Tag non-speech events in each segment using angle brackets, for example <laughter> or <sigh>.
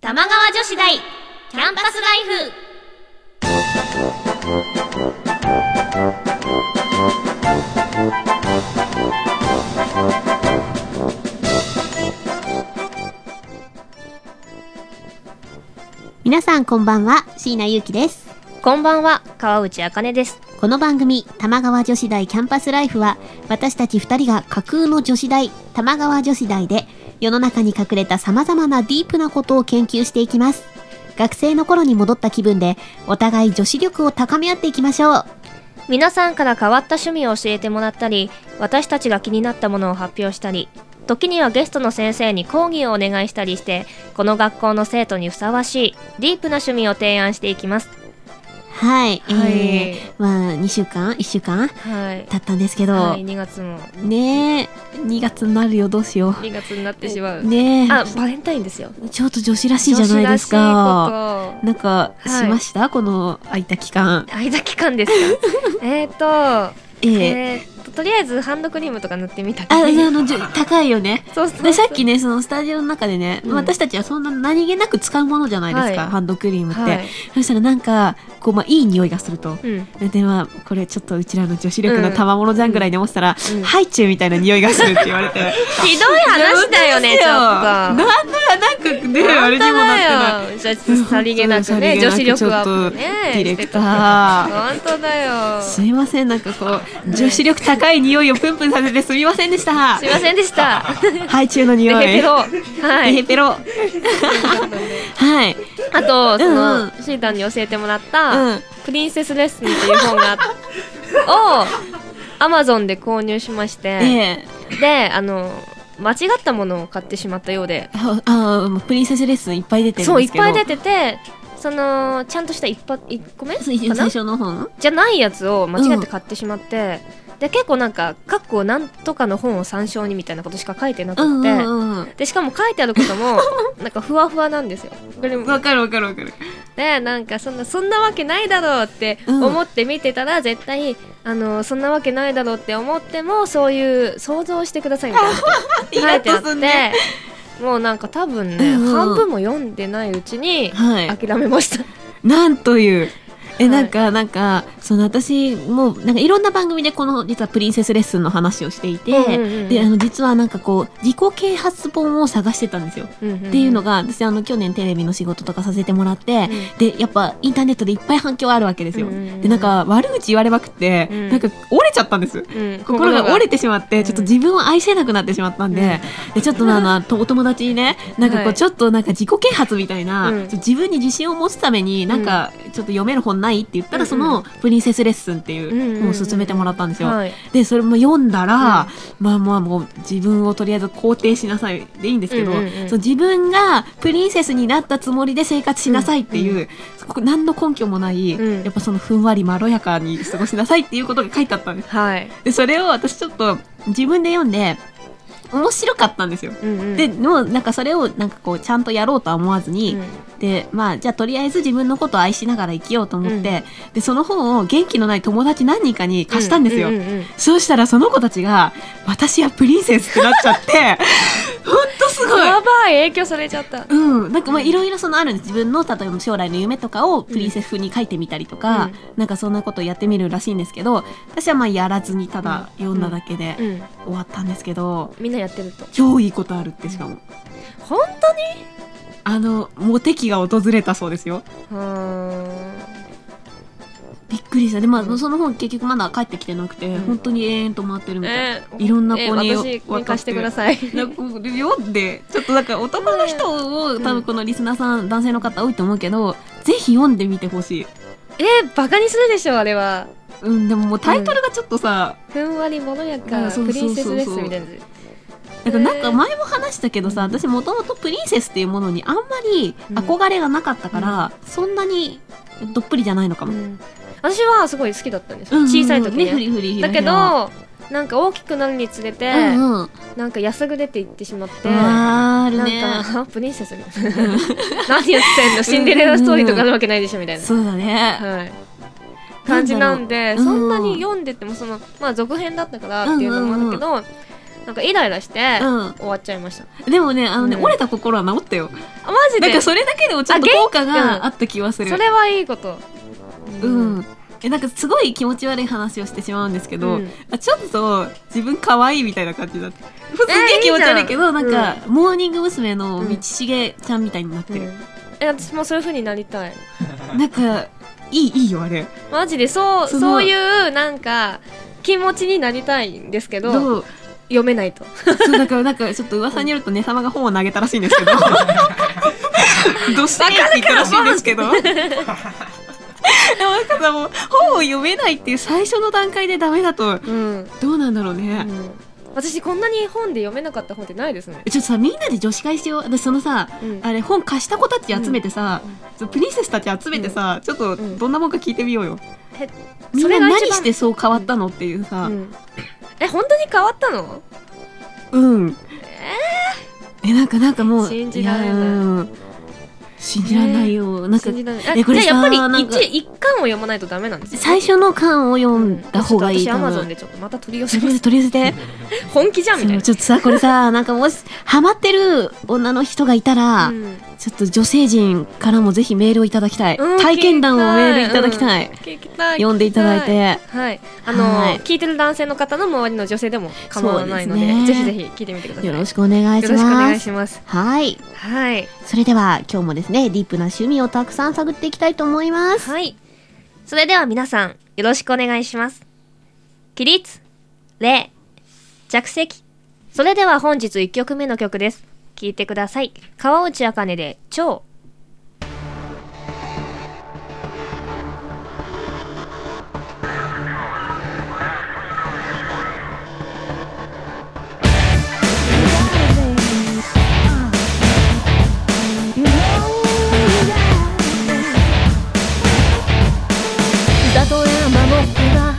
玉川女子大キャンパスライフ皆さんこんばんは椎名優樹ですこんばんは川内あかねですこの番組玉川女子大キャンパスライフは私たち2人が架空の女子大玉川女子大で世の中に隠れた様々なディープなことを研究していきます学生の頃に戻った気分でお互い女子力を高め合っていきましょう皆さんから変わった趣味を教えてもらったり私たちが気になったものを発表したり時にはゲストの先生に講義をお願いしたりしてこの学校の生徒にふさわしいディープな趣味を提案していきますはい、ええー、まあ2週間1週間ーはい経ったんですけど、はい2月もねえ2月になるよどうしよ2月になってしまううねあえ <laughs> バレンタインですよちょっと女子らしいじゃないですか女子らしいことなんかはいしました、この空いた期間。 <laughs> 間期間ですか <laughs> えーとえええーととりあえずハンドクリームとか塗ってみたあ、ありの、じゅ高いよね。そうそうで、さっきね、そのスタジオの中でね、うん私たちはそんな何気なく使うものじゃないですか、はいハンドクリームって。はい、そしたらなんか、こう、まあ、いい匂いがすると。うんで、まあ、これちょっとうちらの女子力の賜物じゃんぐらいに思ってたら、うんハイチュウみたいな匂いがするって言われて。ひどい話だよね、ちょっと。なんだなんかね、あれにもなってない。い。じゃあさりげなくね、女本当ださ子りげなく力アップちねょっ。とディレクター。本当だよ。すすいません、なんかこう、女子力高い匂いをプンプンさせてすみませんでした。いませんでした。ハイチュウの <laughs> で匂い。ヘペロ。はデヘい。ペロ。はい。あと、そうんうのん、シータンに教えてもらっうた、ん。プリンセスレッスンっていう本が、 <laughs> を、アマゾンで購入しましえて、えで、あの、間違ったものを買ってしまったようで、ああもうプリンセスレッスンいっぱい出てるんそう、いっですけど。ぱい出てて、その、ちゃんとした一発、一個目そう一か番な最初の本じゃないやつを間違って買ってしまって、で結構なんか「かっこなんとかの本を参照に」みたいなことしか書いてなくうて、んうんうん。でしかも書いてあること <laughs> もなんかふわふわなんですよ。これもわかるわかるわかる。でなんかそんなそんなわけないだろうってうん思って見てたら、絶対あのそんなわけないだろうって思ってもそういう想像してくださいみたいな <laughs> こと書いてあっイラッとすて、んねもうなんか多分ね、うんうん半分も読んでないうちにはい。諦めました。なんという。はえ、いなんか、なんか、その私、もう、なんかいろんな番組でこの、実はプリンセスレッスンの話をしていて、うんうんうんで、あの、実はなんかこう、自己啓発本を探してたんですよ。っていうのが、が、私、あの、去年テレビの仕事とかさせてもらって、うんでやっぱインターネットでいっぱい反響あるわけですよ。うんうんうんでなんか悪口言われまくって、うんなんか折れちゃったんです。うん心が折れててしまって、うんちょっと自分を愛せなくなってしまったんで、でちょっ <laughs> とあのあとお友達にねなんかこう、はいちょっとなんか自己啓発みたいな、うんちょっと自分に自信を持つためになんかちょっと読める本ないって言ったら、うんその「プリンセスレッスン」っていうんうんうんう本を勧めてもらったんですよ。はいでそれも読んだら、まあまあもう自分をとりあえず肯定しなさいでいいんですけど、うんうんうんその自分がプリンセスになったつもりで生活しなさいっていう、うんうそこ何の根拠もない、うんやっぱそのふんわりまろやかに過ごしなさいっていうことが書いてあったんです。はい。でそれを私ちょっと自分で読んで面白かったんですよ。うんうんで、もうなんかそれをなんかこうちゃんとやろうとは思わずに、うんでまあじゃあとりあえず自分のことを愛しながら生きようと思って、でその本を元気のない友達何人かに貸したんですよ。うううんそうしたらその子たちが、私はプリンセスってなっちゃ <laughs> って、ほんとすごい。やばい影響されちゃった。うん、なんかまあいろいろそのあるんです自分の例えば将来の夢とかをプリンセス風に書いてみたりとか、うんなんかそんなことやってみるらしいんですけど私はまあやらずにただ読んだだけでうん。終わったんですけどみんなやってると。超いいことあるってしかも本当に。あのモテ期が訪れたそうですようーびっくりしたでまあ、うんその本結局まだ帰ってきてなくて、うん本当に永遠と回ってるん。みたい、えーいろんな子にえー私に渡貸っしててください。 <laughs> なんかこう読んでちょっとなんか男の人をうん多分このリスナーさん男性の方多いと思うけどぜひ読んでみてほしい、えー、バカにするでしょあれは。うん、でももうタイトルがちょっとさ、ふんわりまろやうかんそうプそうリンセスレッスそうそンうみたいなやなんかへーなんか前も話したけどさ私もともとプリンセスっていうものにあんまり憧れがなかったから、そんなにどっぷりじゃないのかつ。も、うん私はすごい好きだったんですよ。うん小さい時ねふね。りふりひらだひらけど。なんか大きくなるにつれて、うんうん、なんか安ぐ出ていってしまって、あーあるねなんか、あプリンセスみたいな。何やってんのシンデレラストーリーとかあるわけないでしょみたいな。そうだね、はい。感じなんで、なんだそろうんなに読んでても、その、まあ続編だったからっていうのもあるけど、なんかイライラして、うん終わっちゃいましたでもねあのね、うん折れた心は治ったよあマジなでんかそれだけでもちょっとあ元気効果があった気はするそれはいいことうんえなんかすごい気持ち悪い話をしてしまうんですけど、うんあちょっと自分可愛いみたいな感じになってすっげええー気持ち悪いけど、いいじゃんなんか、モーニング娘。のうん道重ちゃんみたいになってる、え私もそういう風になりたいなんかいいいいよあれマジでそうすごいそういうなんか気持ちになりたいんですけどどう読めないとそうだからなんかちょっと噂によるとね様が本を投げたらしいんですけど <laughs> どっしりって言ったらしいんですけどでもなんかさもう本を読めないっていう最初の段階でダメだとうん、どうなんだろうね、うん私こんなに本で読めなかった本ってないですね、ちょっとさみんなで女子会しよう私そのさうんあれ本貸した子たち集めてさうん、そうプリンセスたち集めてさ、ちょっとうんどんなもんか聞いてみようよ、えみそんなれが一番何してそう変わったのっていうさうんえ本当に変わったのうん、えなんかなんかもう信じられないうん信じられないよ、なんか信じられないえこれあさじゃあやっぱなりんか一一巻を読まないとダメなんですよ最初の巻を読んだ方がいいちょ多っと私アマゾン分でちょっとまた取り寄とせりあまえすずとりあえず <laughs> で本気じゃんみそたいうなちょっとさこれ <laughs> さなんかもしハマってる女の人がいたら、うんちょっと女性陣からもぜひメールをいただきたい、うん体験談をメールいただきたい、聞きたい読んでいただいてはいあのはい聞いてる男性の方の周りの女性でも構わないのでそうですねぜひぜひ聞いてみてくださいよろしくお願いしよろしくお願まいすしますはいはいそれでは今日もですねディープな趣味をたくさん探っていきたいと思いますはいそれでは皆さんよろしくお願いします起立礼着席それでは本日1曲目の曲です聞いてください川内茜で超たとえ守った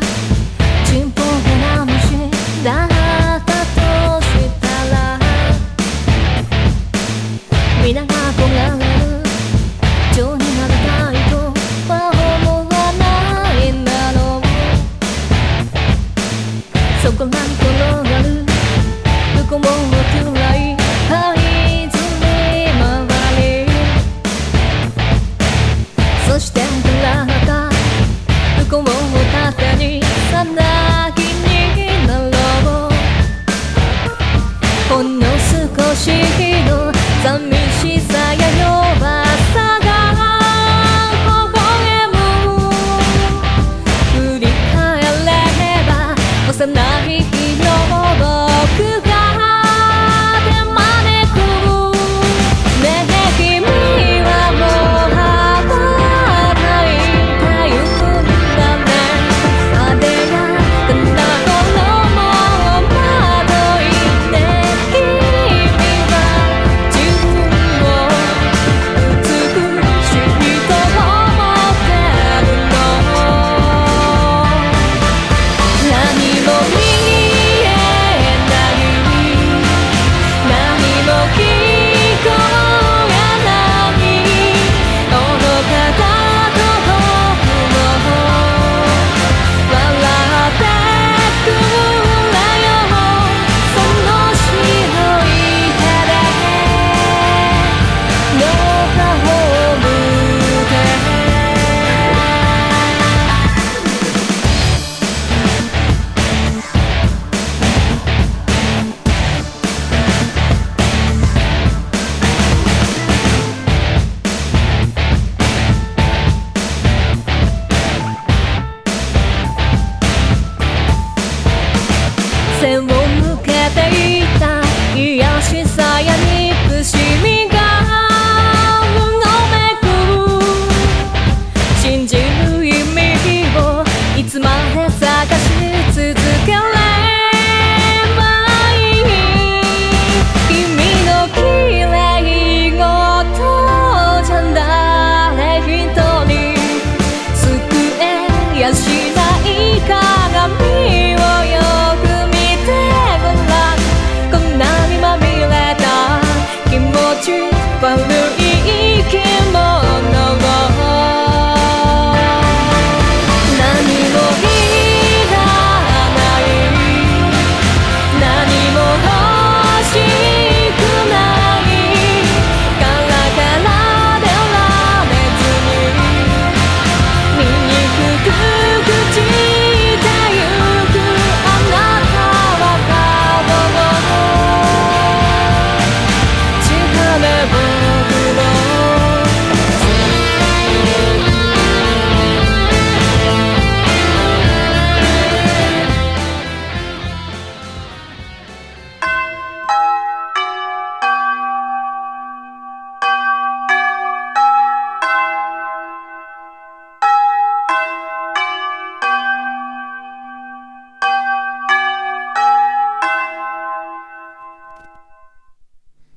チンポが虫だったとしたら皆が憧れる情になりたいとは思わないんだろうそこらに転がる向こうを暗い灰ずり回りそして暗かった向こうを盾にさなぎになろうほんの少しの寂しさや弱さが微笑む振り返れば幼い日の僕が手招くねえ君はもう羽ばたいてゆくんだねあれやだな頃もま「君は自分を美しいと思ってるの」何も見えない何も聞こえない愚かだと僕も笑ってくれよその白い手で夜がを向け背を向けていた癒しさや憎しみがうごめく信じる意味をいつまで探し続ければいい君の綺麗事じゃ誰一人救えやしない鏡をよく見てごらんこんなにまみれた気持ち悪い生き物を何もいらない何も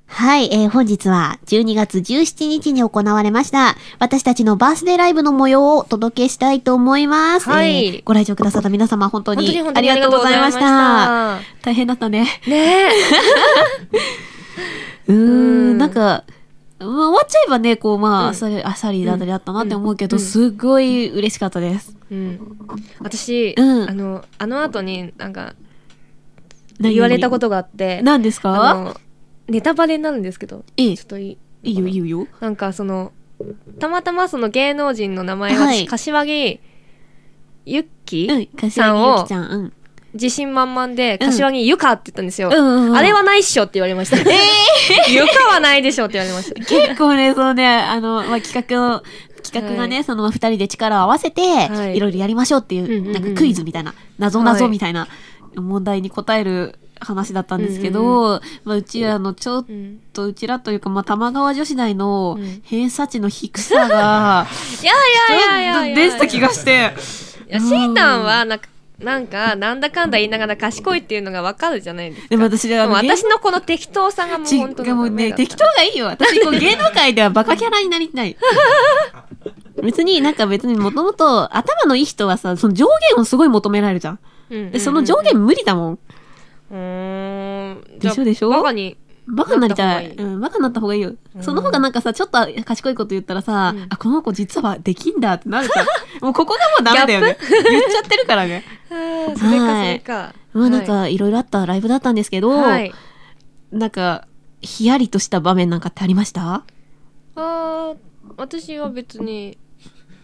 はい、えー本日は12月17日に行われました、私たちのバースデーライブの模様をお届けしたいと思います。はいえーご来場くださった皆様、本当本当にに本当あにりあがりとがうとうござございいままし。したた。大変だったね。ね <laughs> ううー、んんなんか、まあ、終わっちゃえばね、こう、まあ、うんそれ、あさりだったりだったなって思うけど、うんすごい嬉しかったです。え。うん。私、うんあの、あの後になんか何言われたことがあって、何ですあかの、ネタバレになるんですけど、ええちょっといいいいよ、いいよいいよ。なんかその、たまたまその芸能人の名前はがい、柏木ゆっき、うん、柏木由紀ちゃん。うん。自信満々で、柏木ゆかって言ったんですよ。うんうんうんあれはないっしょって言われました。え <laughs> えゆかはないでしょって言われました。結構ね、そのね、あの、まあ、企画の、企画がね、はその二人で力を合わせて、はいい、ろいろやりましょうっていうんうんう、うんなんかクイズみたいな、謎謎はいみたいな問題に答える話だったんですけど、うんまあ、うちらのちょっうんと、うちらというか、まあ、玉川女子大のうん偏差値の低さが、いや <laughs> いやいやいやいや。でした気がして、いや、シータンは、なんか、なんか、なんだかんだ言いながら賢いっていうのがわかるじゃないですか。でも私ねあものう私のこの適当さがもうち本当がもうね、適当当がいいよ。私、こう、芸能界ではバカキャラになり <laughs> たい。別になんか別にもともと頭のいい人はさ、その上限をすごい求められるじゃん。で、その上限無理だもん。うーん。でしょでしょバカに。バカになりたなっい。た方がうん、バカになった方がいいよ。その方がなんかさ、ちょっと賢いこと言ったらさ、うんあ、この子実はできんだってなるじゃ <laughs> ん。もうここがもうダメだよね。言っちゃってる <laughs> からね。あーそれか、それか。まあなんか、いろいろあったライブだったんですけど、はい、はい。なんか、ヒヤリとした場面なんかってありましたあー私は別に。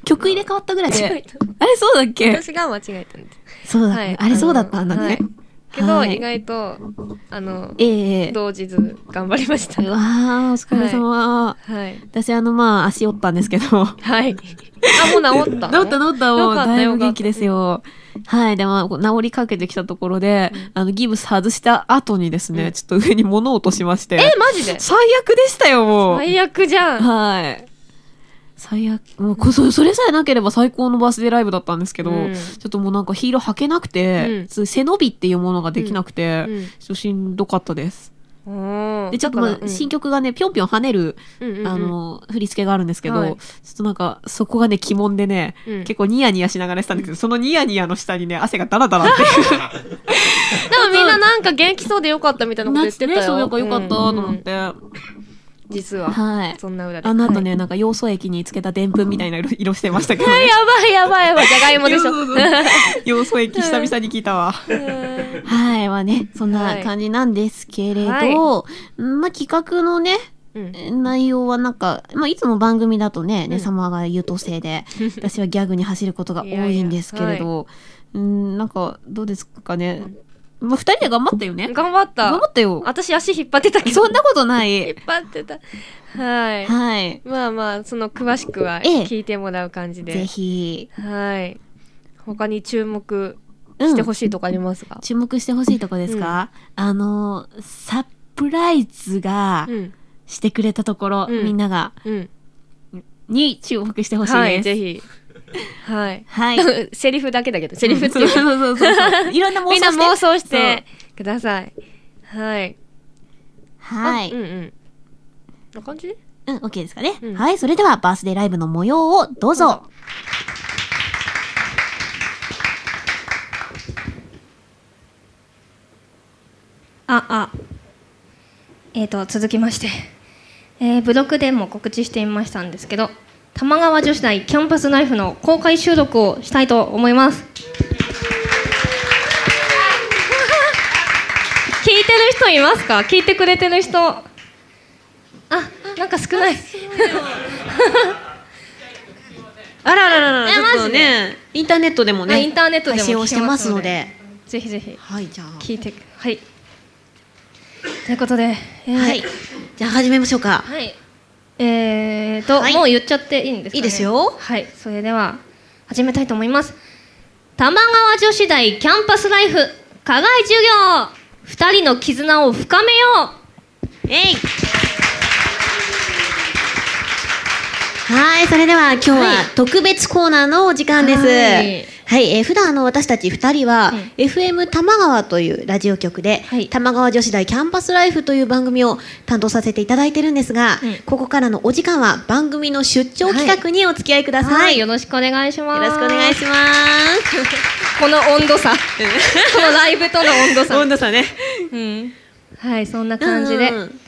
曲入れ替わったぐらい間違えで。たあれそうだっけ私が間違えたんです。そうだ、はいあれそうだったんだね。はいけど、はい意外と、あの、えええ動じず頑張りましたえ。う。わー、お疲れは様。い。私、あの、まあ、足折ったんで <laughs> すけど。治っはい。あ、もう治ったたの。 <laughs> 治った、治った、もう、よかっただいよぶかった元気ですよ。はい。で、まあ、治りかけてきたところで、あの、ギブス外した後にですね、うんちょっと上に物を落としまして。え、マジで最悪でしたよ、もう。最悪じゃん。はい。最悪。もうこそ、それさえなければ最高のバースデーライブだったんですけど、うんちょっともうなんかヒール履けなくてうん、そう背伸びっていうものができなくて、うんうんちょっとしんどかったです。でで、ちょっとまあ、新曲がね、ぴょんぴょん跳ねる、あ、の、振り付けがあるんですけど、はいちょっとなんか、そこがね、鬼門でね、うん結構ニヤニヤしながらしたんですけど、そのニヤニヤの下にね、汗がダラダラっていう。でもみんななんか元気そうでよかったみたい <laughs> なこと言ってたよ。ねそう、なんかよかったとうん思って。実は。はい。そんな裏で。あの後はい。ね、なんか要素液につけたでんぷんみたいな色色してましたけど、ね。やばいやばいやばい。じゃがいも <laughs> でしょ。そうそうそう要素液久々に聞いたわ。うんはい、まあね、そんはない感じなんですけれど、はいまあ企画のね、 <laughs> うん内容はなんか、まあいつも番組だとね、ねうん様が優等 <laughs> 生で、私はギャグに走ることが多いんですけれど、うん、なんかどうですかね。まあ二人で頑張ったよね。頑張った。頑張ったよ。私足引っ張ってたけど。そんなことない <laughs> 引っ。張ってた。はい。はい。まあまあ、その詳しくはええ聞いてもらう感じで。ぜひ、はい。他に注目うんしてほしいとかありますか、注目してほしいとこですか、あの、サプライズがう、ん、してくれたところ、うんみんなが、うん。に注目してほしいです。はい、ぜひ。はい。はい。 <laughs> セリフだけだけど、セリフってそういうそうそ <laughs> うそう。いろんな妄想して。みんな妄想してください。はい。そう。はあうい。んうん。な感じうん、OK ですかね、うんはい。それでは、バースデーライブの模様をどうどうぞぞ。あ、あ。えー、と、続きまして、えーブログでも告知していましたんですけど、玉川女子大キャンパスナイフの公開収録をしたいと思います。聞いてる人いますか聞いてくれてる人。あ、なんか少ない。あらららえちょっとマジね、インターネットでもあね、インターネットでも配信をしてますので聞。ぜひぜひ、はい、じゃあ。聞いて、はい。ということで、えーはい。じゃあ、始めましょうか。はい。えーと、はいもう言っちゃっていいんですか、ね、いいですよはい。それでは、始めたいと思います。玉川女子大キャンパスライフ課外授業二人の絆を深めよえいはい、それでは今日ははい特別コーナーのお時間です。ははいい、はい、えー普段あの私たち2人は、FM 玉川というラジオ局で、はい玉川女子大キャンパスライフという番組を担当させていただいてるんですが、うんここからのお時間は番組の出張企画にお付き合いください。はい、よよろしくお願いします。ろしくお願いします。この温度差。このライブとの温度差。度差ね。うん。はい、そんな感じで。うんうん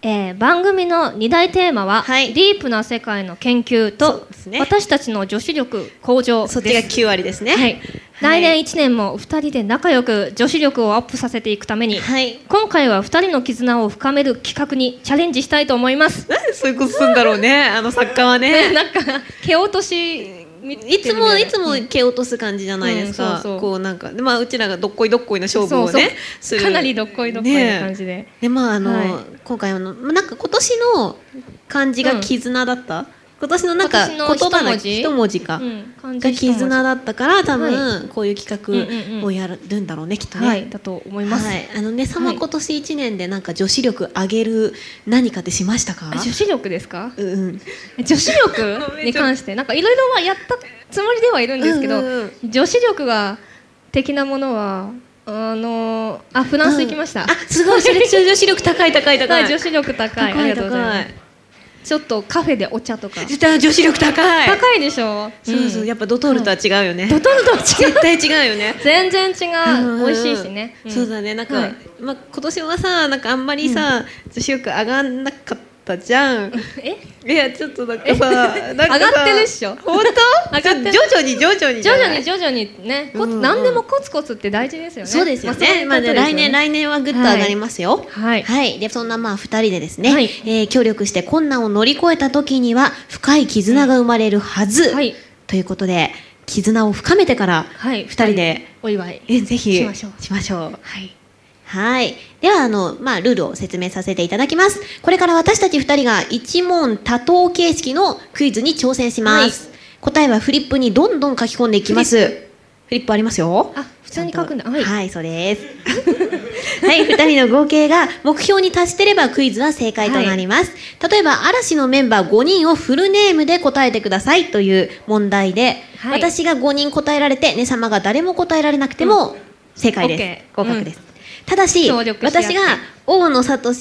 えー番組の2大テーマは、はいディープな世界の研究そうと、ですね私たちの女子力向上ですそっちが9割ですね。はい、来年1年も2人で仲良く女子力をアップさせていくため <laughs> に、はい。今回は2人の絆を深める企画にチャレンジしたいと思い <laughs> ます。なんでそういうことするんだろうね、あの作家はね。なんか蹴落としみ <laughs> いつもいつも蹴落とす感じじゃないですうんか。そうそうこうなんかでまあうちらがどっこいどっこいの勝負をねそうそうするかなりどっこいどっこいな感じで、でまああの、はい今回あのまあなんか今年の漢字が絆だった、今年のなんか言今年の葉の一文字一文字か、うん、感が絆だ、だったから多分、こういう企うんうんう画んをやるんだろうねきっとね。はい、だと思います。はいあのね、さまはい今年一年でなんか女子力上げる何かってしましたかあ？女子力ですかうんうん、女子 <laughs> 力に関してなんかいろいろはやったつもりではいるんですけど、うんうん女子力が的なものはあのあフランス行きました、あ、すごい、それ <laughs> 女子力高い高い高。はいい女子力高いあ高りいがとうござい高まいす。ちょっとカフェでお茶とか絶対女子力高い。高いでしょそうそう、んやっぱドトールとは違うよね。ドトールとは違う絶対違うよね。全然違う美味しいしね、うんそうだね、なんか、はいまあ、今年はさ、なんかあんまりさ、女子力上がんなかったじゃん。えいや、ちょっとなんかさ、なんかさ上がってるっしょ本当上がってる徐々に徐々にじ徐ゃない。々に徐々にね、こうんうん何でもコツコツって大事ですよねそうですよね。ままあ、あそうじいゃうことですあよ来ね年、来年はぐっと上がりますよ。はいはい。で、そんなまあ、二人でですね、はいえー協力して困難を乗り越えた時には、深い絆が生まれるはず。はいということで、絆を深めてから、はい二人で、お祝いえぜひしましょうはいはいではあの、まあ、ルールを説明させていただきますこれから私たち2人が一問多答形式のクイズに挑戦します、答えはフリップにどんどん書き込んでいきますフリップありますよあ普通に書くんだちゃはいはい、そうです。 <laughs> はい、二人の合計が目標に達してればクイズは正解となります。例えば、嵐のメンバー5人をフルネームで答えてくださいという問題で、はい私が5人答えられて、ね様が誰も答えられなくても正解です。 OK 合格です。ただし、協力し合って私が大野聡、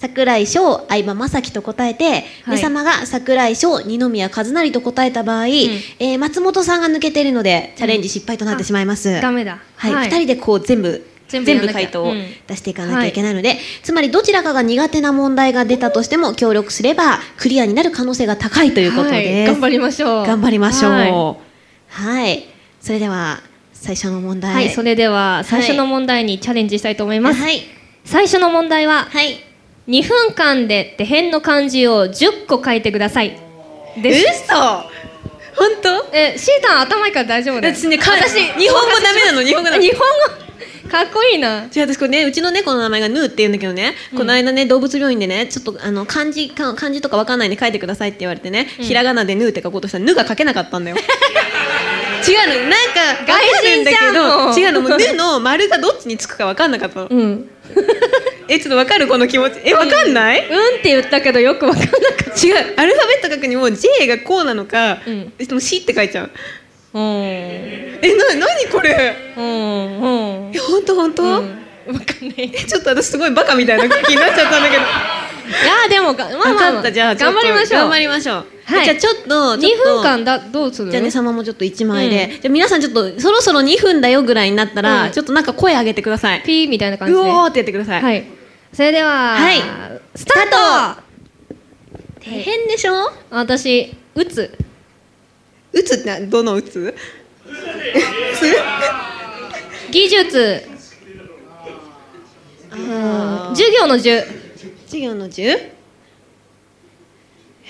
桜井翔、相葉雅紀と答えて、はいね様が桜井翔、二宮和也と答えた場合、えー松本さんが抜けているので、チャレンジ失敗となってしまいます。ダメだはい、はい2人でこう全部全全部部やんなきゃ回答をうん出していかなきゃいけないので、つまりどちらかが苦手な問題が出たとしても協力すればクリアになる可能性が高いというこはとでい、す、頑張りましょう頑張りましょうははいい、それでは最初の問題はい、それでは最初の問題にチャレンジしたいと思います、はい最初の問題ははい2分間で手辺の漢字を10個書いてくださいです嘘本当えシータン頭いいから大丈夫です私ねか私日本語ダメなの日本語ダメ日本語かっこいいなじゃあ私これねうちの猫の名前がヌーって言うんだけどね、この間ね動物病院でねちょっとあの漢字か漢字とかわかんないんで書いてくださいって言われてね、ひらがなでヌーって書こうとしたらヌーが書けなかっ <laughs> たんだよ違うのなんか外人じゃんわかるんだけど違うのももううヌーの丸がどっちにつくかわかんなかったの、うんうんえちょっとわかるこの気持ちえわかんない、違うって言ったけどよくわかんなかっアルファベット書くにも J がこうなのか、うんでも C って書いちゃうたうんえな何これうんうんえ本当本当、わかんないえちょっと私すごいバカみたいな気になっちゃったんだけどいやでもがまあまあ、分かったじゃあちょっ頑と張りましょう頑張りましょう、はいじゃあちょっとちょ2っと分間だどうするじゃあね様もちょっと1枚で、うんじゃあ皆さんちょっとそろそろ2分だよぐらいになったら、うんちょっとなんか声上げてくださいピーみたいな感じうでおーってやってください、はいそれでは、はいスタート大変でしょ私打つ打つってどの打つ技術あ授業の10授業の 10?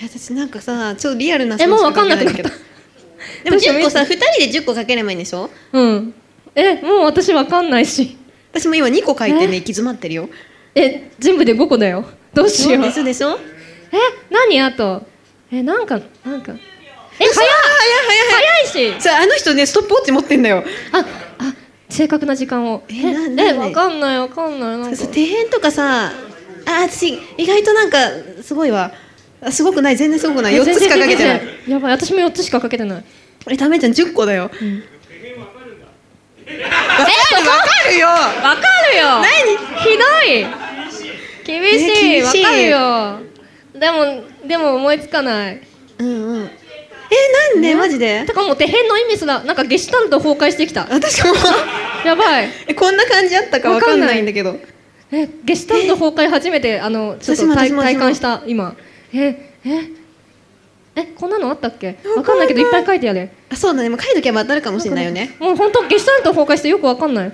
私なんかさちょっとリアルなえもう分かんなくなったでもどうしよう10個さ2人で10個かければいいんでしょうんえもう私分かんないし私も今2個書いてねえ行き詰まってるよえ全部で5個だよどうしようそうでしえょ何あとえなんかなんかえ嘘早い早い早い早いしさああの人ねストップウォッチ持ってんだよああ正確な時間をえななんでええ分かんない分かんないなんかそう底辺とかさあ私意外となんかすごいわあすごくない全然すごくない4つしかかけてないやばい私も4つしかかけてないえダメじゃん10個だよ、んわかるわかるよわかるよ何ひどい厳しいえわ厳しいかるよでもでも思いつかないうんうん。えなんでマジでとかもう手変の意味すらなんかゲシュタルト崩壊してきた私も <laughs> やばいえこんな感じあったかわかんないんだけどえゲシュタルト崩壊初め <laughs> てあのちょっ私とも体私も私体も感した今えええこんなのあったっけわかんないけどいっぱい書いてやれあそうだねもう書いとけば当たるかもしれないよねもう本当ゲシュタルト崩壊してよくわかんない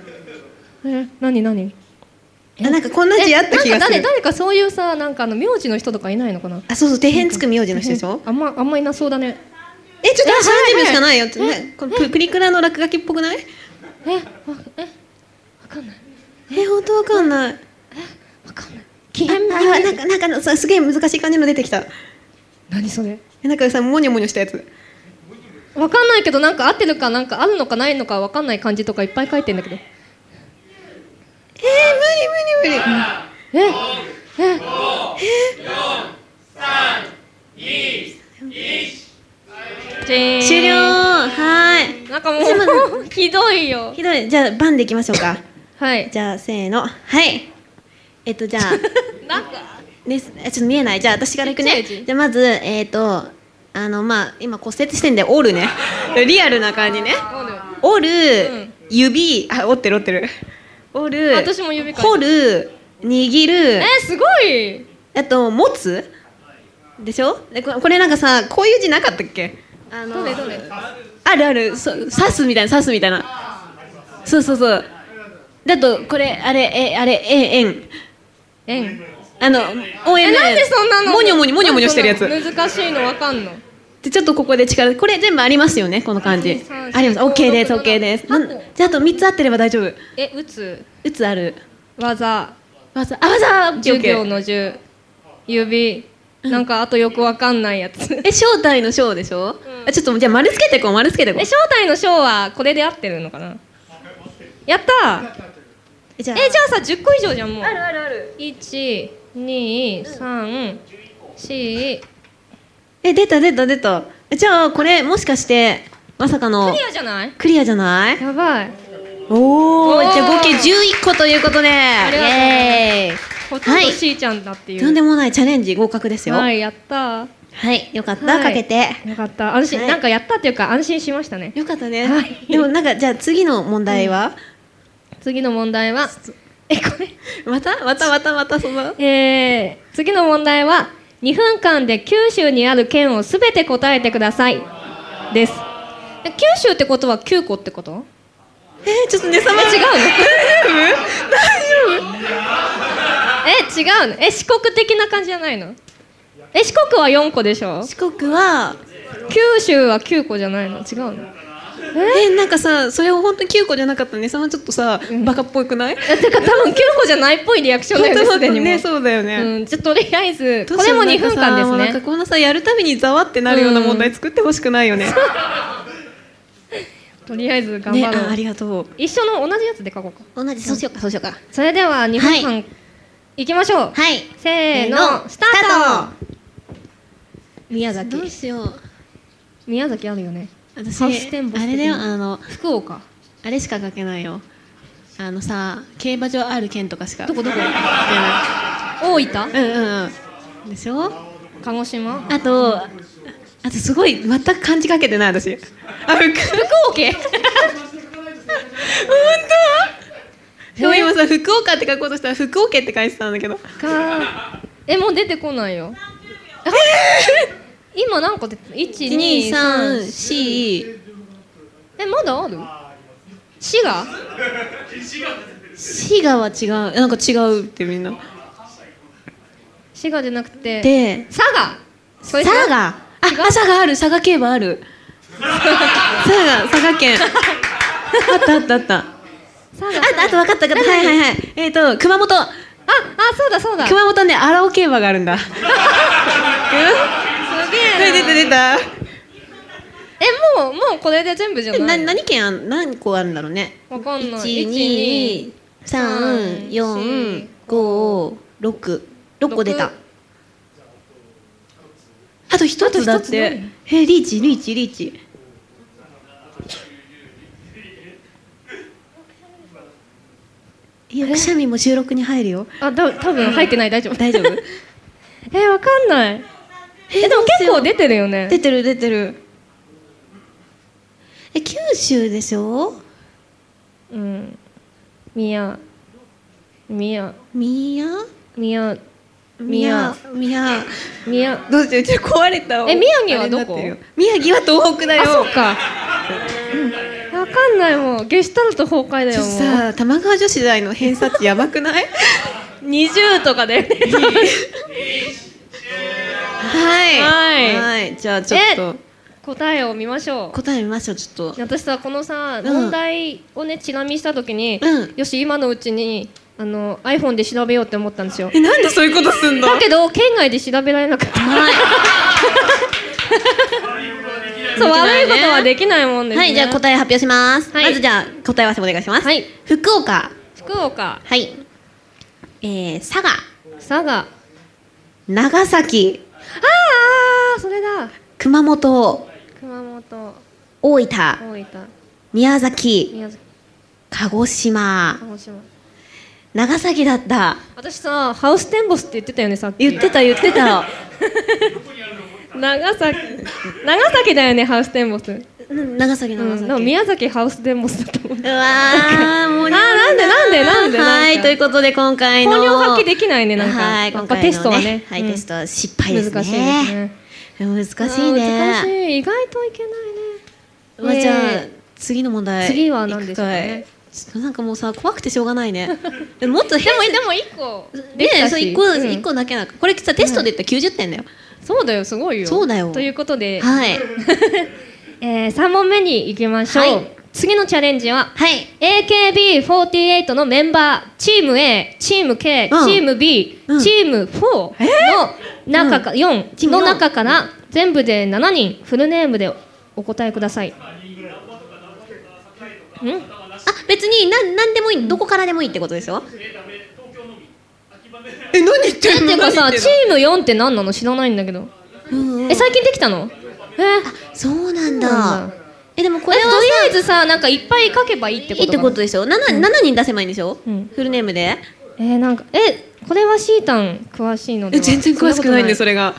え何何あなんかこんな字あった気えながんかす誰る誰かそういうさなんかあの名字の人とかいないのかなあそうそう手辺つく名字の人でしょあんまあんまいなそうだねえちょっとえは30い秒はいしかないよってねこのププリクラの落書きっぽくないえわえわかんないえ本当わかんないわかんない奇変あなんかなんかさすげえ難しい感じの出てきた何それえなんかさモニョモニョしたやつわかんないけどなんか合ってるかなんかあるのかないのかわかんない漢字とかいっぱい書いてんだけどえー、無理無理無理えええ終了はーいなんかもすいまうひどいよひどいじゃあバンでいきましょうか <laughs> はいじゃあせーのはいえっとじゃあ <laughs> なんかねすえちょっと見えないじゃあ私からいくちねっちゃい字じゃあまずえっ、とあのまあ今骨折してんでオ <laughs> ールねリアルな感じねオール、うん指あ折ってる折ってる折る私も指書いた掘る握るえすごいあと持つでしょでこれこれなんかさこういう字なかったっけあどのれどれあるあるそ刺すみたいな刺すみたいなそうそうそうだとこれあれえあれえ円えんあの応援えなんでそんなのモニョモニモニョモニョしてるやつなんかそんな難しいのわかんのでちょっとここで力これ全部ありますよねこの感じ一二三四あります五 OK です六 OK です七なんじゃああと3つ合ってれば大丈夫え打つ打つある技わざあわざ OK 10行の10指なんかあとよくわかんないやつ <laughs> ええ正体の正でしょ、んあちょっとじゃあ丸つけてこう丸つけてこう正体の章はこれで合ってるのかなやったーえじゃえあじゃあさ10個以上じゃんもうあるあるある1234え出た出た出たえじゃあこれもしかしてまさかのクリアじゃないクリアじゃないやばいおおーーじゃあ合計11個ということでイりがとうござほエとんどしーちゃんだっていーイうとんでもないチャレンジ合格ですよははい、いやったよかった、はいかけてーよかった安心、はいなんかやったっていうか安心しましたねよかったね、はいでもなんかじゃあ次の問題は、次の問題はえこれ <laughs> またまたまたまたそのえー次の問題は2分間で九州にある県をすべて答えてくださいですで九州ってことは9個ってことえー、ちょっとねさまえ違うの大丈夫え違うのえ四国的な感じじゃないのえ四国は4個でしょ四国は九州は9個じゃないの違うのえなんかさそれを本当に9個じゃなかったねさまちょっとさ、バカっぽくないえてか多分9個じゃないっぽいリアクションだよね本すで当本にも当ねそうだよね、うん、じゃあとりあえずどうこしれようも2分間ですなんかさもうなんかねこんなさやるたびにざわってなるような問題作ってほしくないよね。とりあえず頑ね張あろあう、りがとう。一緒の同じやつで書こうか同じ、そうしようか、そうしようか。それでは2分間、、はいきましょうはい。せーのスタート宮どう崎しよう。宮崎あるよね私ハウステンボス的あなれだよあの福岡あれしか書けないよ。あのさ競馬場ある県とかしかど書こどこけな大分い。うんうんうん。でしょ。鹿児島あとあとすごい全く漢字書けてない私。あ福福岡でも今さ福岡って書こうとしたら福岡って書いてたんだけど。かえもう出てこないよ今何個出て一二三 ?123 四えまだある滋賀滋賀は違うなんか違うってみんな。滋賀じゃなくてで佐賀それ佐賀あ佐賀ある佐賀競馬あ <laughs> る佐賀佐賀県あったあったあったあ佐賀あと分かった分かったはいはいはいえっ、と熊本ああそうだそうだす熊本ね荒尾競馬があるん <laughs> だうんげえな出た出たえもうもうこれで全部じゃえなない何県あん何個あるんだろうねわかんない一二三四五六六個出た六あと一つだっあとて一えリーチリーチリーチえくしゃみも収録に入るよ。あだ多分入ってない大丈夫大丈夫 <laughs> えわかんないえでも結構出てるよね出てる出てる。え、九州でしょうん宮宮宮宮宮宮宮宮どうしてうち壊れたえ宮城はどこあれになってるよ宮城は東北だあそよっか、うん、わかんないもうゲシュタルト崩壊だちよょっともうさ玉川女子大の偏差値やばくない20とかだよね <laughs> はいはいはいじゃあちょっと答えを見ましょう答え見ましょうちょっと私さこのさ、ん問題をねチラ見した時に、うんよし今のうちにあの iPhone で調べようって思ったんですよえなんでそういうことすんの <laughs> だけど県外で調べられなかった、 <laughs> そう悪いことはできないもんですねはい、じゃあえ答え発表します。はいまずじゃあ答え合わせお願いします。はい福岡。福岡はい。えー、佐賀。佐賀あ長崎。あそれだ熊本。熊本大分。大分宮崎。宮崎鹿児島鹿。児島長崎だった。私さハウステンボスって言ってたよねさっき言ってた言ってた。長崎長崎だよねハウステンボス、うん長崎う長ん、崎。でも宮崎ハウステンボスだと思ううわー、もう <laughs> あーなんでなんでなんでなんかはい、ということで今回の。本領発揮できないねなんかはい、やっ今ぱ回のテストはねはい、うんテストは失敗ですね。難しいですね難しいね。あー難しい意外といけないねまあ、じゃあね次の問題次は何でしょうね行くかいなんかもうさ怖くてしょうがないね <laughs> でももっとで変もなでも一個できねたそうし一個うん一個だけなんかこれさテストで言ったら90点だよそうだよすごいよそうだよということで、はいえー、3問目に行きましょう、はい次のチャレンジははい AKB48 のメンバーチーム A チーム K、うんチーム B、うんチーム4の中か、チー4ムの四中から全部で7人フルネームでお答えくださいんあ <coughs> 別になんなんでもいいどこからでもいいってことでしょえ何言っててんいうのかさ何言ってんチのーム4って何なの知らないんだけど、うんうんえ最近できたのえーそうなんだそうなんだえでもこえれとりはあえずさなんかいっぱい書けばいいってこといいってかなことでしょ 7, 七人出せばいいんでしょ、うんフルネームでえー、なんかえこれはシータン詳しいのでえは全然詳しくないんでそれれが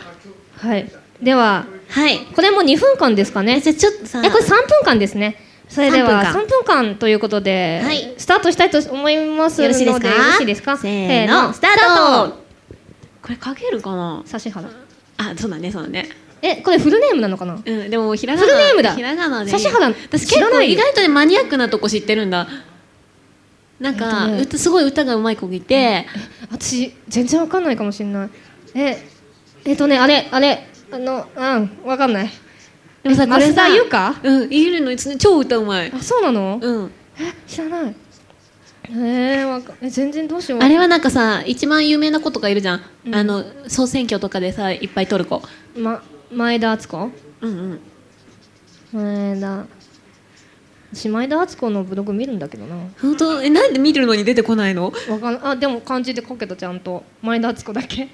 はいでははいこれも2分間ですかねじゃあちょっとさえこれ3分間ですねそれでは3 3分間ということで、はいスタートしたいと思いますのでよろしいですかよろしいですかせーのスタートこれ書けるかな指原あそうだねそうだねえこれフルネームなのかなうんでもひらがなフルネームだひらがなで指原私知結ら構ない意よ外とねマニアックなとこ知ってるんだなんか、えっとね歌すごい歌がうまい子がいて、私全然わかんないかもしれないええっとねあれあれあのうんわかんないでもさえこれ増さ田優香うんいるのに超歌うまいあそうなの、うんえ知らないえー、わかえ全然どうしようあれはなんかさ一番有名な子とかいるじゃん、うんあの総選挙とかでさいっぱい取る子ま前田敦子うんうん前田私前田敦子のブログ見るんだけどな本当えなんで見るのに出てこないのわかんあでも漢字で書けたちゃんと前田敦子だけ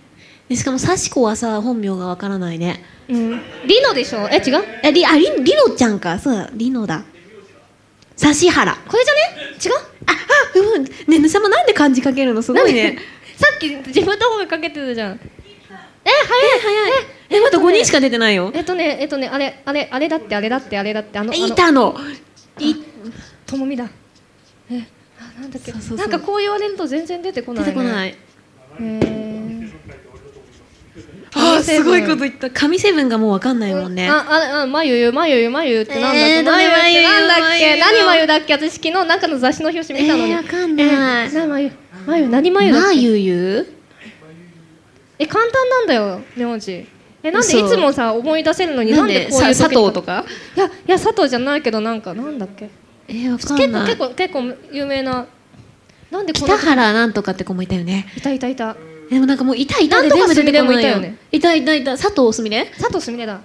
でしかも幸子はさ本名がわからないねうんリノでしょえ違うえりありりのちゃんかそうだりのだ指原これじゃね違うああうんねえぬさまなんで漢字書けるのすごいね <laughs> さっき自分の方が書けてたじゃんええ早いえまだ5人しか出てないよえっとねえっとねあれあれあれだってあれだってあれだってあのあいのたのいともみだえあなんだっけそうそうそうなんかこう言われると全然出てこな出い、ね、てこないえーあー神セブンすごいこと言った神セブンがもうわかんないもんねあ、あ、あ、眉ゆ、眉ゆ、眉ゆってなんだっえけ、ーどれ眉ゆってなんだっ眉け、ゆ何眉だっけ、私昨日なんかの雑誌の表紙見たのに。えーわかんないえーな眉、眉、何眉だっまあけ。ゆうゆえ、簡単なんだよ、名字。え、なんで嘘いつもさ、思い出せるのに、うななんんででこういうさ時佐藤とか。かいや、いや、佐藤じゃないけど、なんか、なんだっけ。えーわか結構、んない結構、結構有名な。なんでこの北。原なんとかって子もいたよねいたいたいた。でもなんかもういたいたでなん全とか部出てこすみれもないいたよよねいたいたいた佐藤すみれ佐藤すみれだ。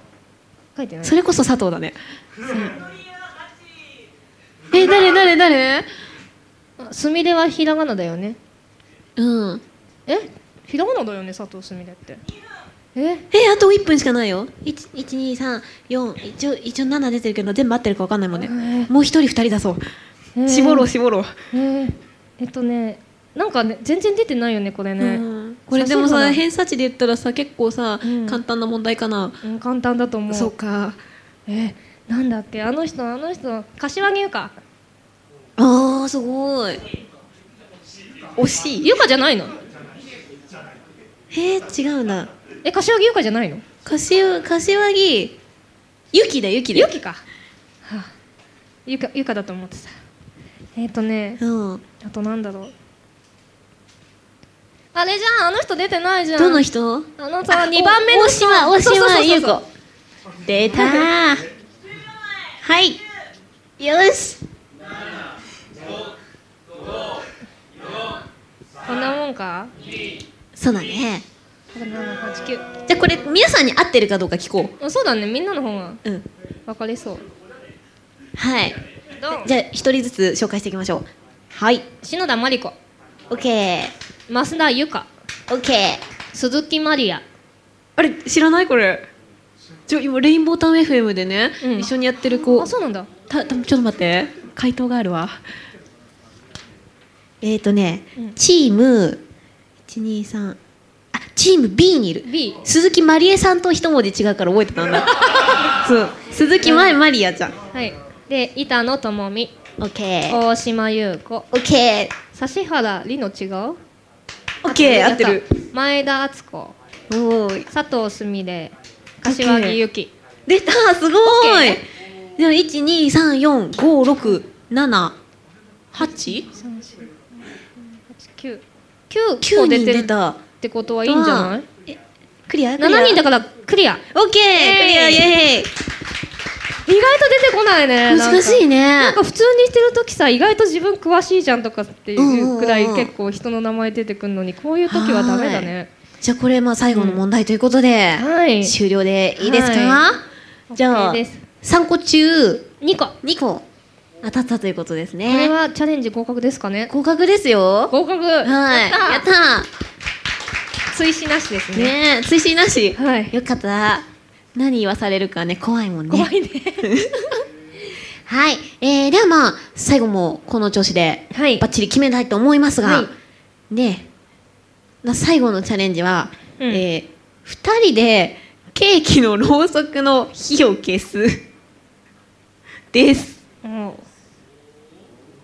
書いてない。それこそ佐藤だねえ誰誰誰あすみれはひらがなだよね。うんえ、ひらがなだよね、佐藤すみれって。え。えあと1分しかないよ12341一応一応7出てるけど全部合ってるか分かんないもんねえーもう1人2人出そうえー絞ろう絞ろうえーえっとね、なんかね全然出てないよねこれね、うんこれでもそうさだ偏差値で言ったらさ結構さ、うん簡単な問題かな、うん簡単だと思うそうかえなんだっけあの人あの人柏木優香あーすごい惜しい優香じゃないのえー、違うんだえ柏木優香じゃないの柏柏木ゆきだゆきだゆきか、はあ、ゆかゆかだと思ってたえっ、ー、とねうんあとなんだろうあれじゃんあの人出てないじゃんどの人あのさ2番目の人大島大そうそうそうそ島う優子出たーはいよしこんなもんかそうだね789じゃあこれ皆さんに合ってるかどうか聞こあそうだねみんなの方がううん分かりそうはいどうじゃあ一人ずつ紹介していきましょうはい篠田真理子 OK 増田由香 OK 鈴木まりやあれ知らないこれちょ今レインボータウン FM でね、うん一緒にやってる子あそうなんだたたちょっと待って回答があるわえっ、ー、とね、うんチーム123あチーム B にいる B 鈴木まりえさんと一文字違うから覚えてた <laughs> んだそう鈴木まえまりやちゃんはいで板野友美 OKOK 大島優子指原莉の違う OK 合ってる前田敦子おーい佐藤すみれ柏木由紀出たすごい、でも1 2 3 4 5 6 7 8 9 9 9個人出てる出ったてことはいいんじゃないクリアクリア ?7 人だからクリア意オッケークリアイエーイ外と出てこないねなんか難しいなねんか普通にしてる時さ意外と自分詳しいじゃんとかっていうくらいうんうんうん結構人の名前出てくるのにこういう時はダメだねじゃあこれまあ最後の問題ということで、はい終了でいいですか、はじゃあ OK です3個中2個こ2個当たったということですれねはチャレンジ合格ですかね合格ですよ合格 <laughs> はいやった追試なしですねねえ追伸なし、はいよかった何言わされるかね怖いもんね怖いね <laughs> はい、えー、ではまあ最後もこの調子ではいバッチリ決めたいと思いますが、はねな最後のチャレンジは、うんえー、2人でケーキのろうそくの火を消す <laughs> ですも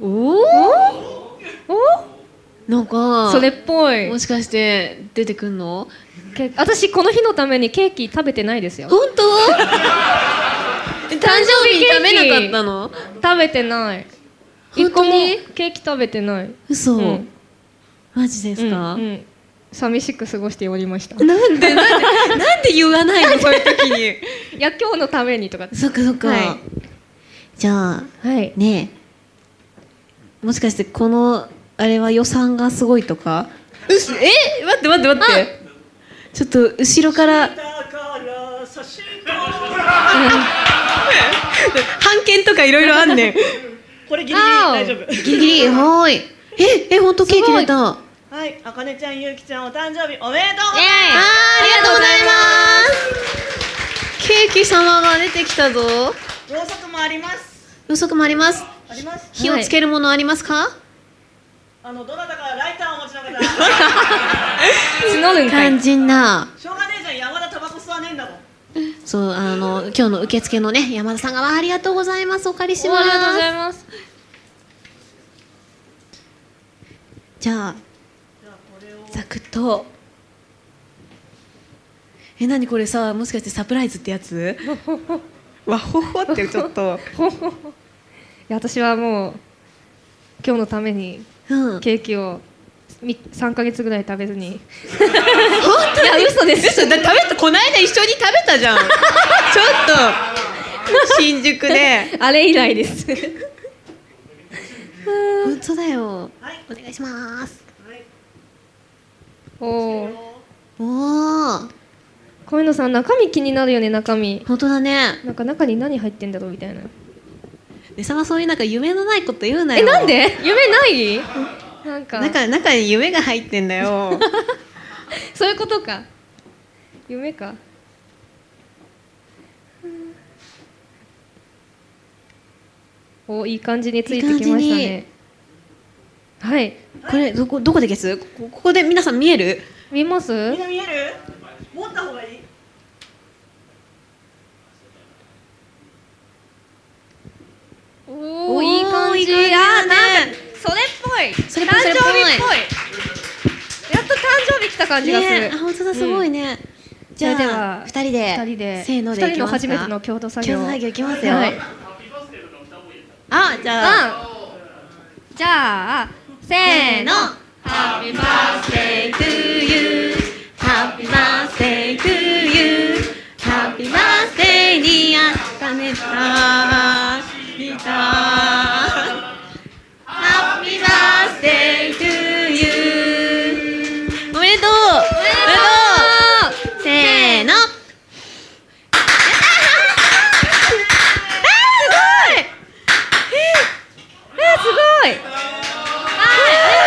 おおうおなんかそれっぽいもしかして出てくんのけ私この日のためにケーキ食べてないですよ本当 <laughs> え誕生日に食べなかったの食べてない本一個当もにケーキ食べてない嘘、うんマジですか、うんうん寂しく過ごしておりま <laughs> したなんでなんでなんで言わないのそういう時に <laughs> いや今日のためにとかそっかそっか、はいじゃあはいねえもしかしてこのあれは予算がすごいとかうっすえ待って待って待ってちょっと後ろ <laughs> から半券とかいろいろあんねんこれギリギリあー大丈夫 <laughs> ギリギリはーいええ本当ケーキ出たあはいあかねちゃんゆうきちゃんお誕生日おめでとうございますあーありがとうございますケーキ様が出てきたぞろうそくもあります予測もありますあります火をつけるものありますか、あのどなたかライターをお持ちの方 <laughs> 募るんかい肝心なしょうがねえじゃん山田タバコ吸わねえんだもんそうあの今日の受付のね山田さんがわあありがとうございますお借りしおますありがとうございますじゃあざくっとえ何これさもしかしてサプライズってやつわほほってちょっといや私はもう今日のためにうんケーキをみ3ヶ月ぐらい食べずに本当にいや嘘です嘘だ食べたこの間一緒に食べたじ <laughs> ゃんちょっと新宿であれ以来です <laughs> 本当だよ、はいお願いしますはいおおおお小野さん中身気になるよね中身本当だねなんか中に何入ってんだろうみたいなねさまそういうなんか夢のないこと言うなよえなんで夢ないなんか中中に夢が入ってんだよそういうことか夢かうんおいい感じについてきましたいいねはい <laughs> これどこどこで消すこここで皆さん見える見ますみんな見える持った方がいいおおいい感じいい感じあだーねなんかそれっぽいそれっ誕ぽ生い日っそれっぽぽいやっと誕生日来た感じがする、ねえあ本当だすごいね、じゃそれであは二人で二人でせーので二い人きのますか初めての共同作業共同作業いきますよ、はいあじゃああじゃあせーの Happy birthday to you Happy birthday to you Happy birthday にあったねたみた Happy birthday to you おめでとうおめでとうせーのあーすごいすごい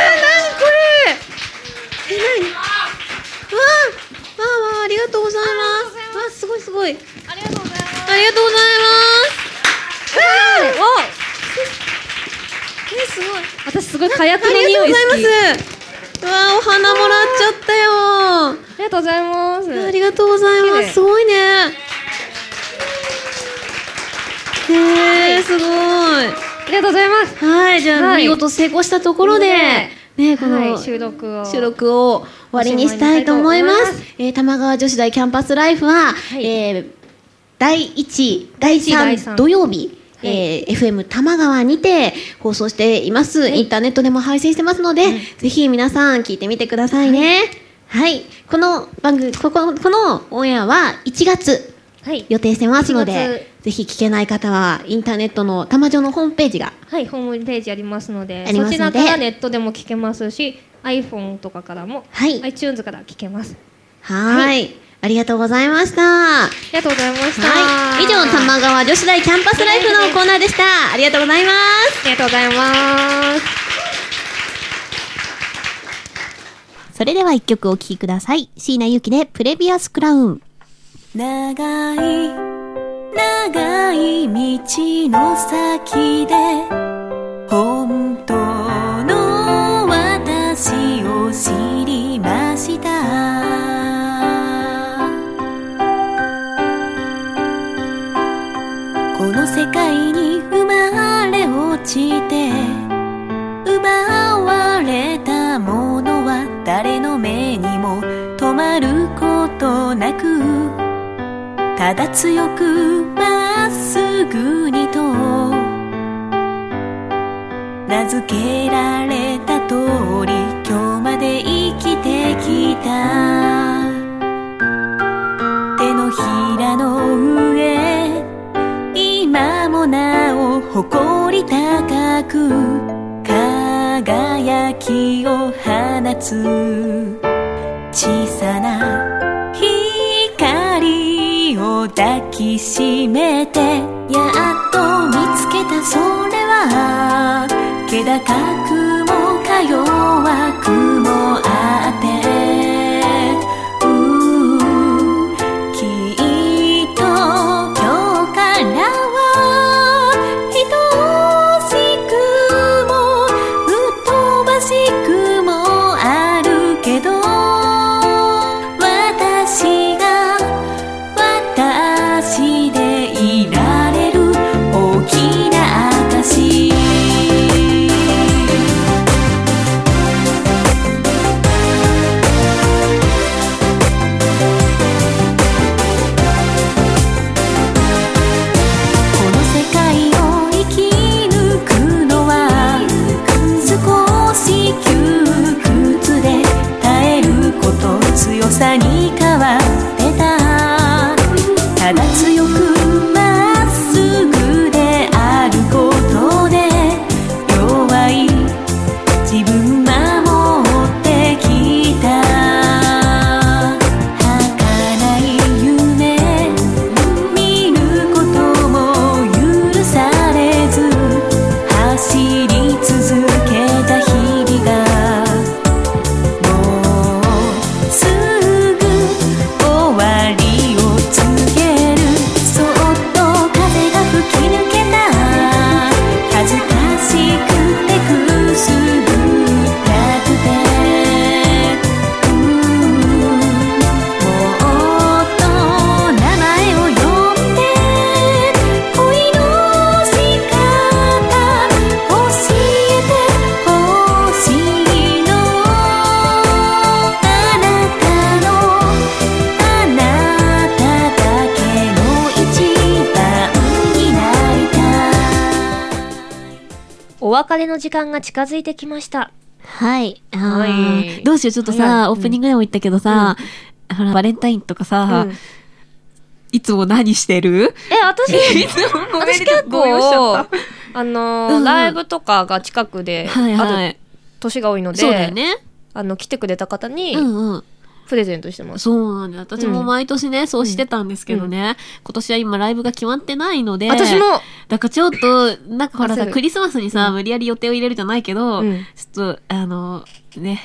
何これえ何わあわあわあありがとうございますわあすごいすごいありがとうございますありがとうございますわあえすごい私すごい火薬あのりが匂とういご好ざいきますわあお花もらっちゃったよありがとうございますありがとうございま綺麗す。すごいね。ねえ、すごい。ありがとうございますはい、じゃあ、はい見事成功したところで、ねねえこはのい収録を収録を終わりにしたいと思います。えー玉川女子大キャンパスライフは、いえー第1、第第3三土曜日、はいえー FM 玉川にて放送しています、インターネットでも配信してますので、ぜひ皆さん聞いてみてくださいね。はい、この番組、ここ、このオンエアは1月はい予定してますの1で、ぜひ聞けない方は、インターネットの玉女のホームページがはいホームページありますのでありますのそでちらからネットでも聞けますし iPhone とかからも、はい iTunes から聞けますはーい。ありがとうございました。はありがとうございました、い。以上、玉川女子大キャンパスライフのコーナーでした。ありがとうございます。ありがとうございますそれでは一曲お聴きください。椎名ゆきでプレビアスクラウン。長い長い道の先で本当の私を知りましたこの世界に生まれ落ちて奪われたものは誰の目にも止まることなくただ強くまっすぐにと名付けられた通り今日まで生きてきた手のひらの上今もなお誇り高く輝きを放つ小さな光を抱きしめてやっと見つけたそれは気高くもか弱くもあってうんきっと今日からは愛しくもうっとばしくもあるけど私が私でいられる大きな証この世界を生き抜くのは少し窮屈で耐えること強さに変わってたただ強くお別れの時間が近づいてきました。はい。あーはいどうしよう、ちょっと早いさ、オープニングでも言ったけどさ、ほら、バレンタインとかさ、うんいつも何してるえ、私、私結ごめんなさ構、あのーうんうんライブとかが近くで、はいはあとい。年が多いので、そうだよね。あの、来てくれた方にうんうん。プレゼントしてます。そうなんだ。私も毎年ね、そうしてたんですけどね、今年は今ライブが決まってないので、私も、だからちょっと、なんかほら焦さ、るクリスマスにさ、無理やり予定を入れるじゃないけど、うんちょっと、あの、ね、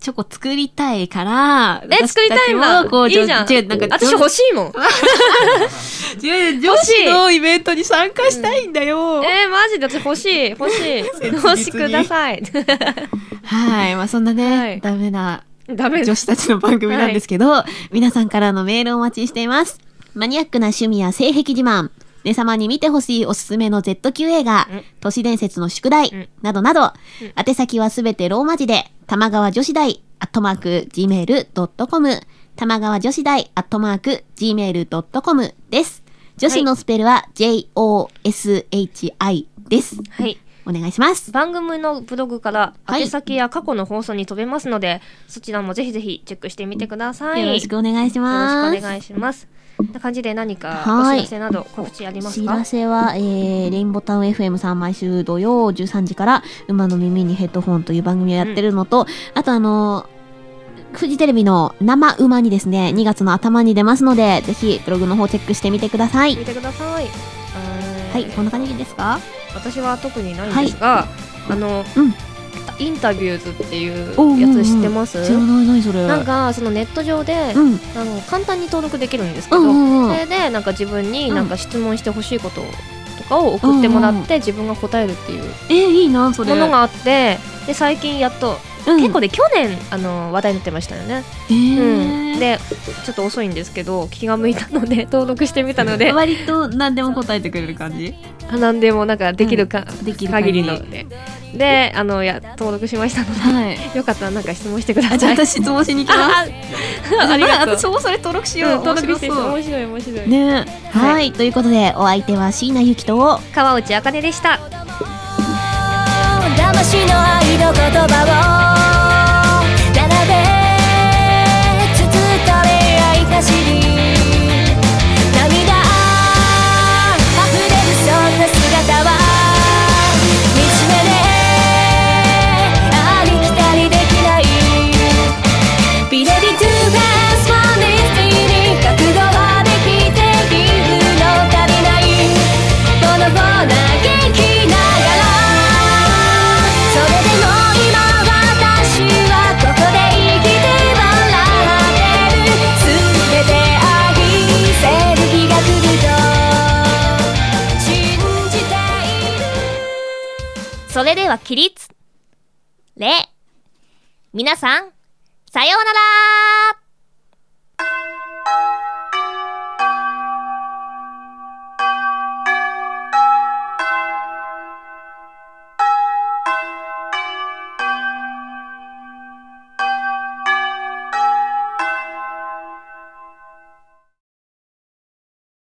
チョコ作りたいから、え、作りたいんだ私たちもこう、いいじゃん。違うなんか、私欲しいもん。違う女子のイベントに参加したいんだよ。えー、マジで私欲しい、欲しい。欲しくださ <laughs> い。はい。まあ、そんなね、はいダメなダメ女子たちの番組なんですけど、皆さんからのメールをお待ちしています。マニアックな趣味や性癖自慢、ね様に見てほしいおすすめの Z 級映画うん、都市伝説の宿題、うんなどなど、宛先はすべてローマ字で、玉川女子大、アットマーク、gmail.com、玉川女子大、アットマーク、gmail.com です。女子のスペルは、J-O-S-H-I です。はい。お願いします。番組のブログからはい宛先や過去の放送に飛べますので、そちらもぜひぜひチェックしてみてください。よろしくお願いしよます。ろしくお願いします。こんな感じで何かおはい知らせなど告知あります知からせは、えー、レインボタウン FM さん毎週土曜13時から、馬の耳にヘッドホンという番組をやってるのと、あとあのーフジテレビの生馬にですね、2月の頭に出ますので、ぜひブログの方チェックしてみてください見。てください。ははい、こんな感じですか私は特にないんですが、あの、うんインタビューズっていうおうやつ知ってます、知らない、何それ。なん、かそのネット上で、うん、あの簡単に登録できるんですけうど、んうんうそん。れでなんか自分になんか質問してほしいこととかを送ってもらうんっうて自分が答えるっていうえー、いいな、それ。ものがあってで最近やっと、うん、結構で去年あの話題になってましたよね、えうん、ー、でちょっと遅いんですけど気が向いたので登録してみたので割と何でも答えてくれる感じ何でもなんかできるか、できる限りのでであのや登録しましたのではい。 <laughs> よかったらなんか質問してくださあ、いじゃあ私質問しに行きます。あありがとう私もそれ登録しうんよう。登録して面白そう面白い面白い、ねはい、ということでお相手は椎名ゆきとを川内茜でした騙しの愛の言葉を並べつつと恋愛走り涙あふれるそんな姿は惨めでありきたりできないビレビトゥーフェスファミリーに覚悟はできているの足りないボロボロ嘆きながらそれでも今私はここで生きて笑ってる全て愛せる日が来ると信じているそれでは起立礼皆さんさようなら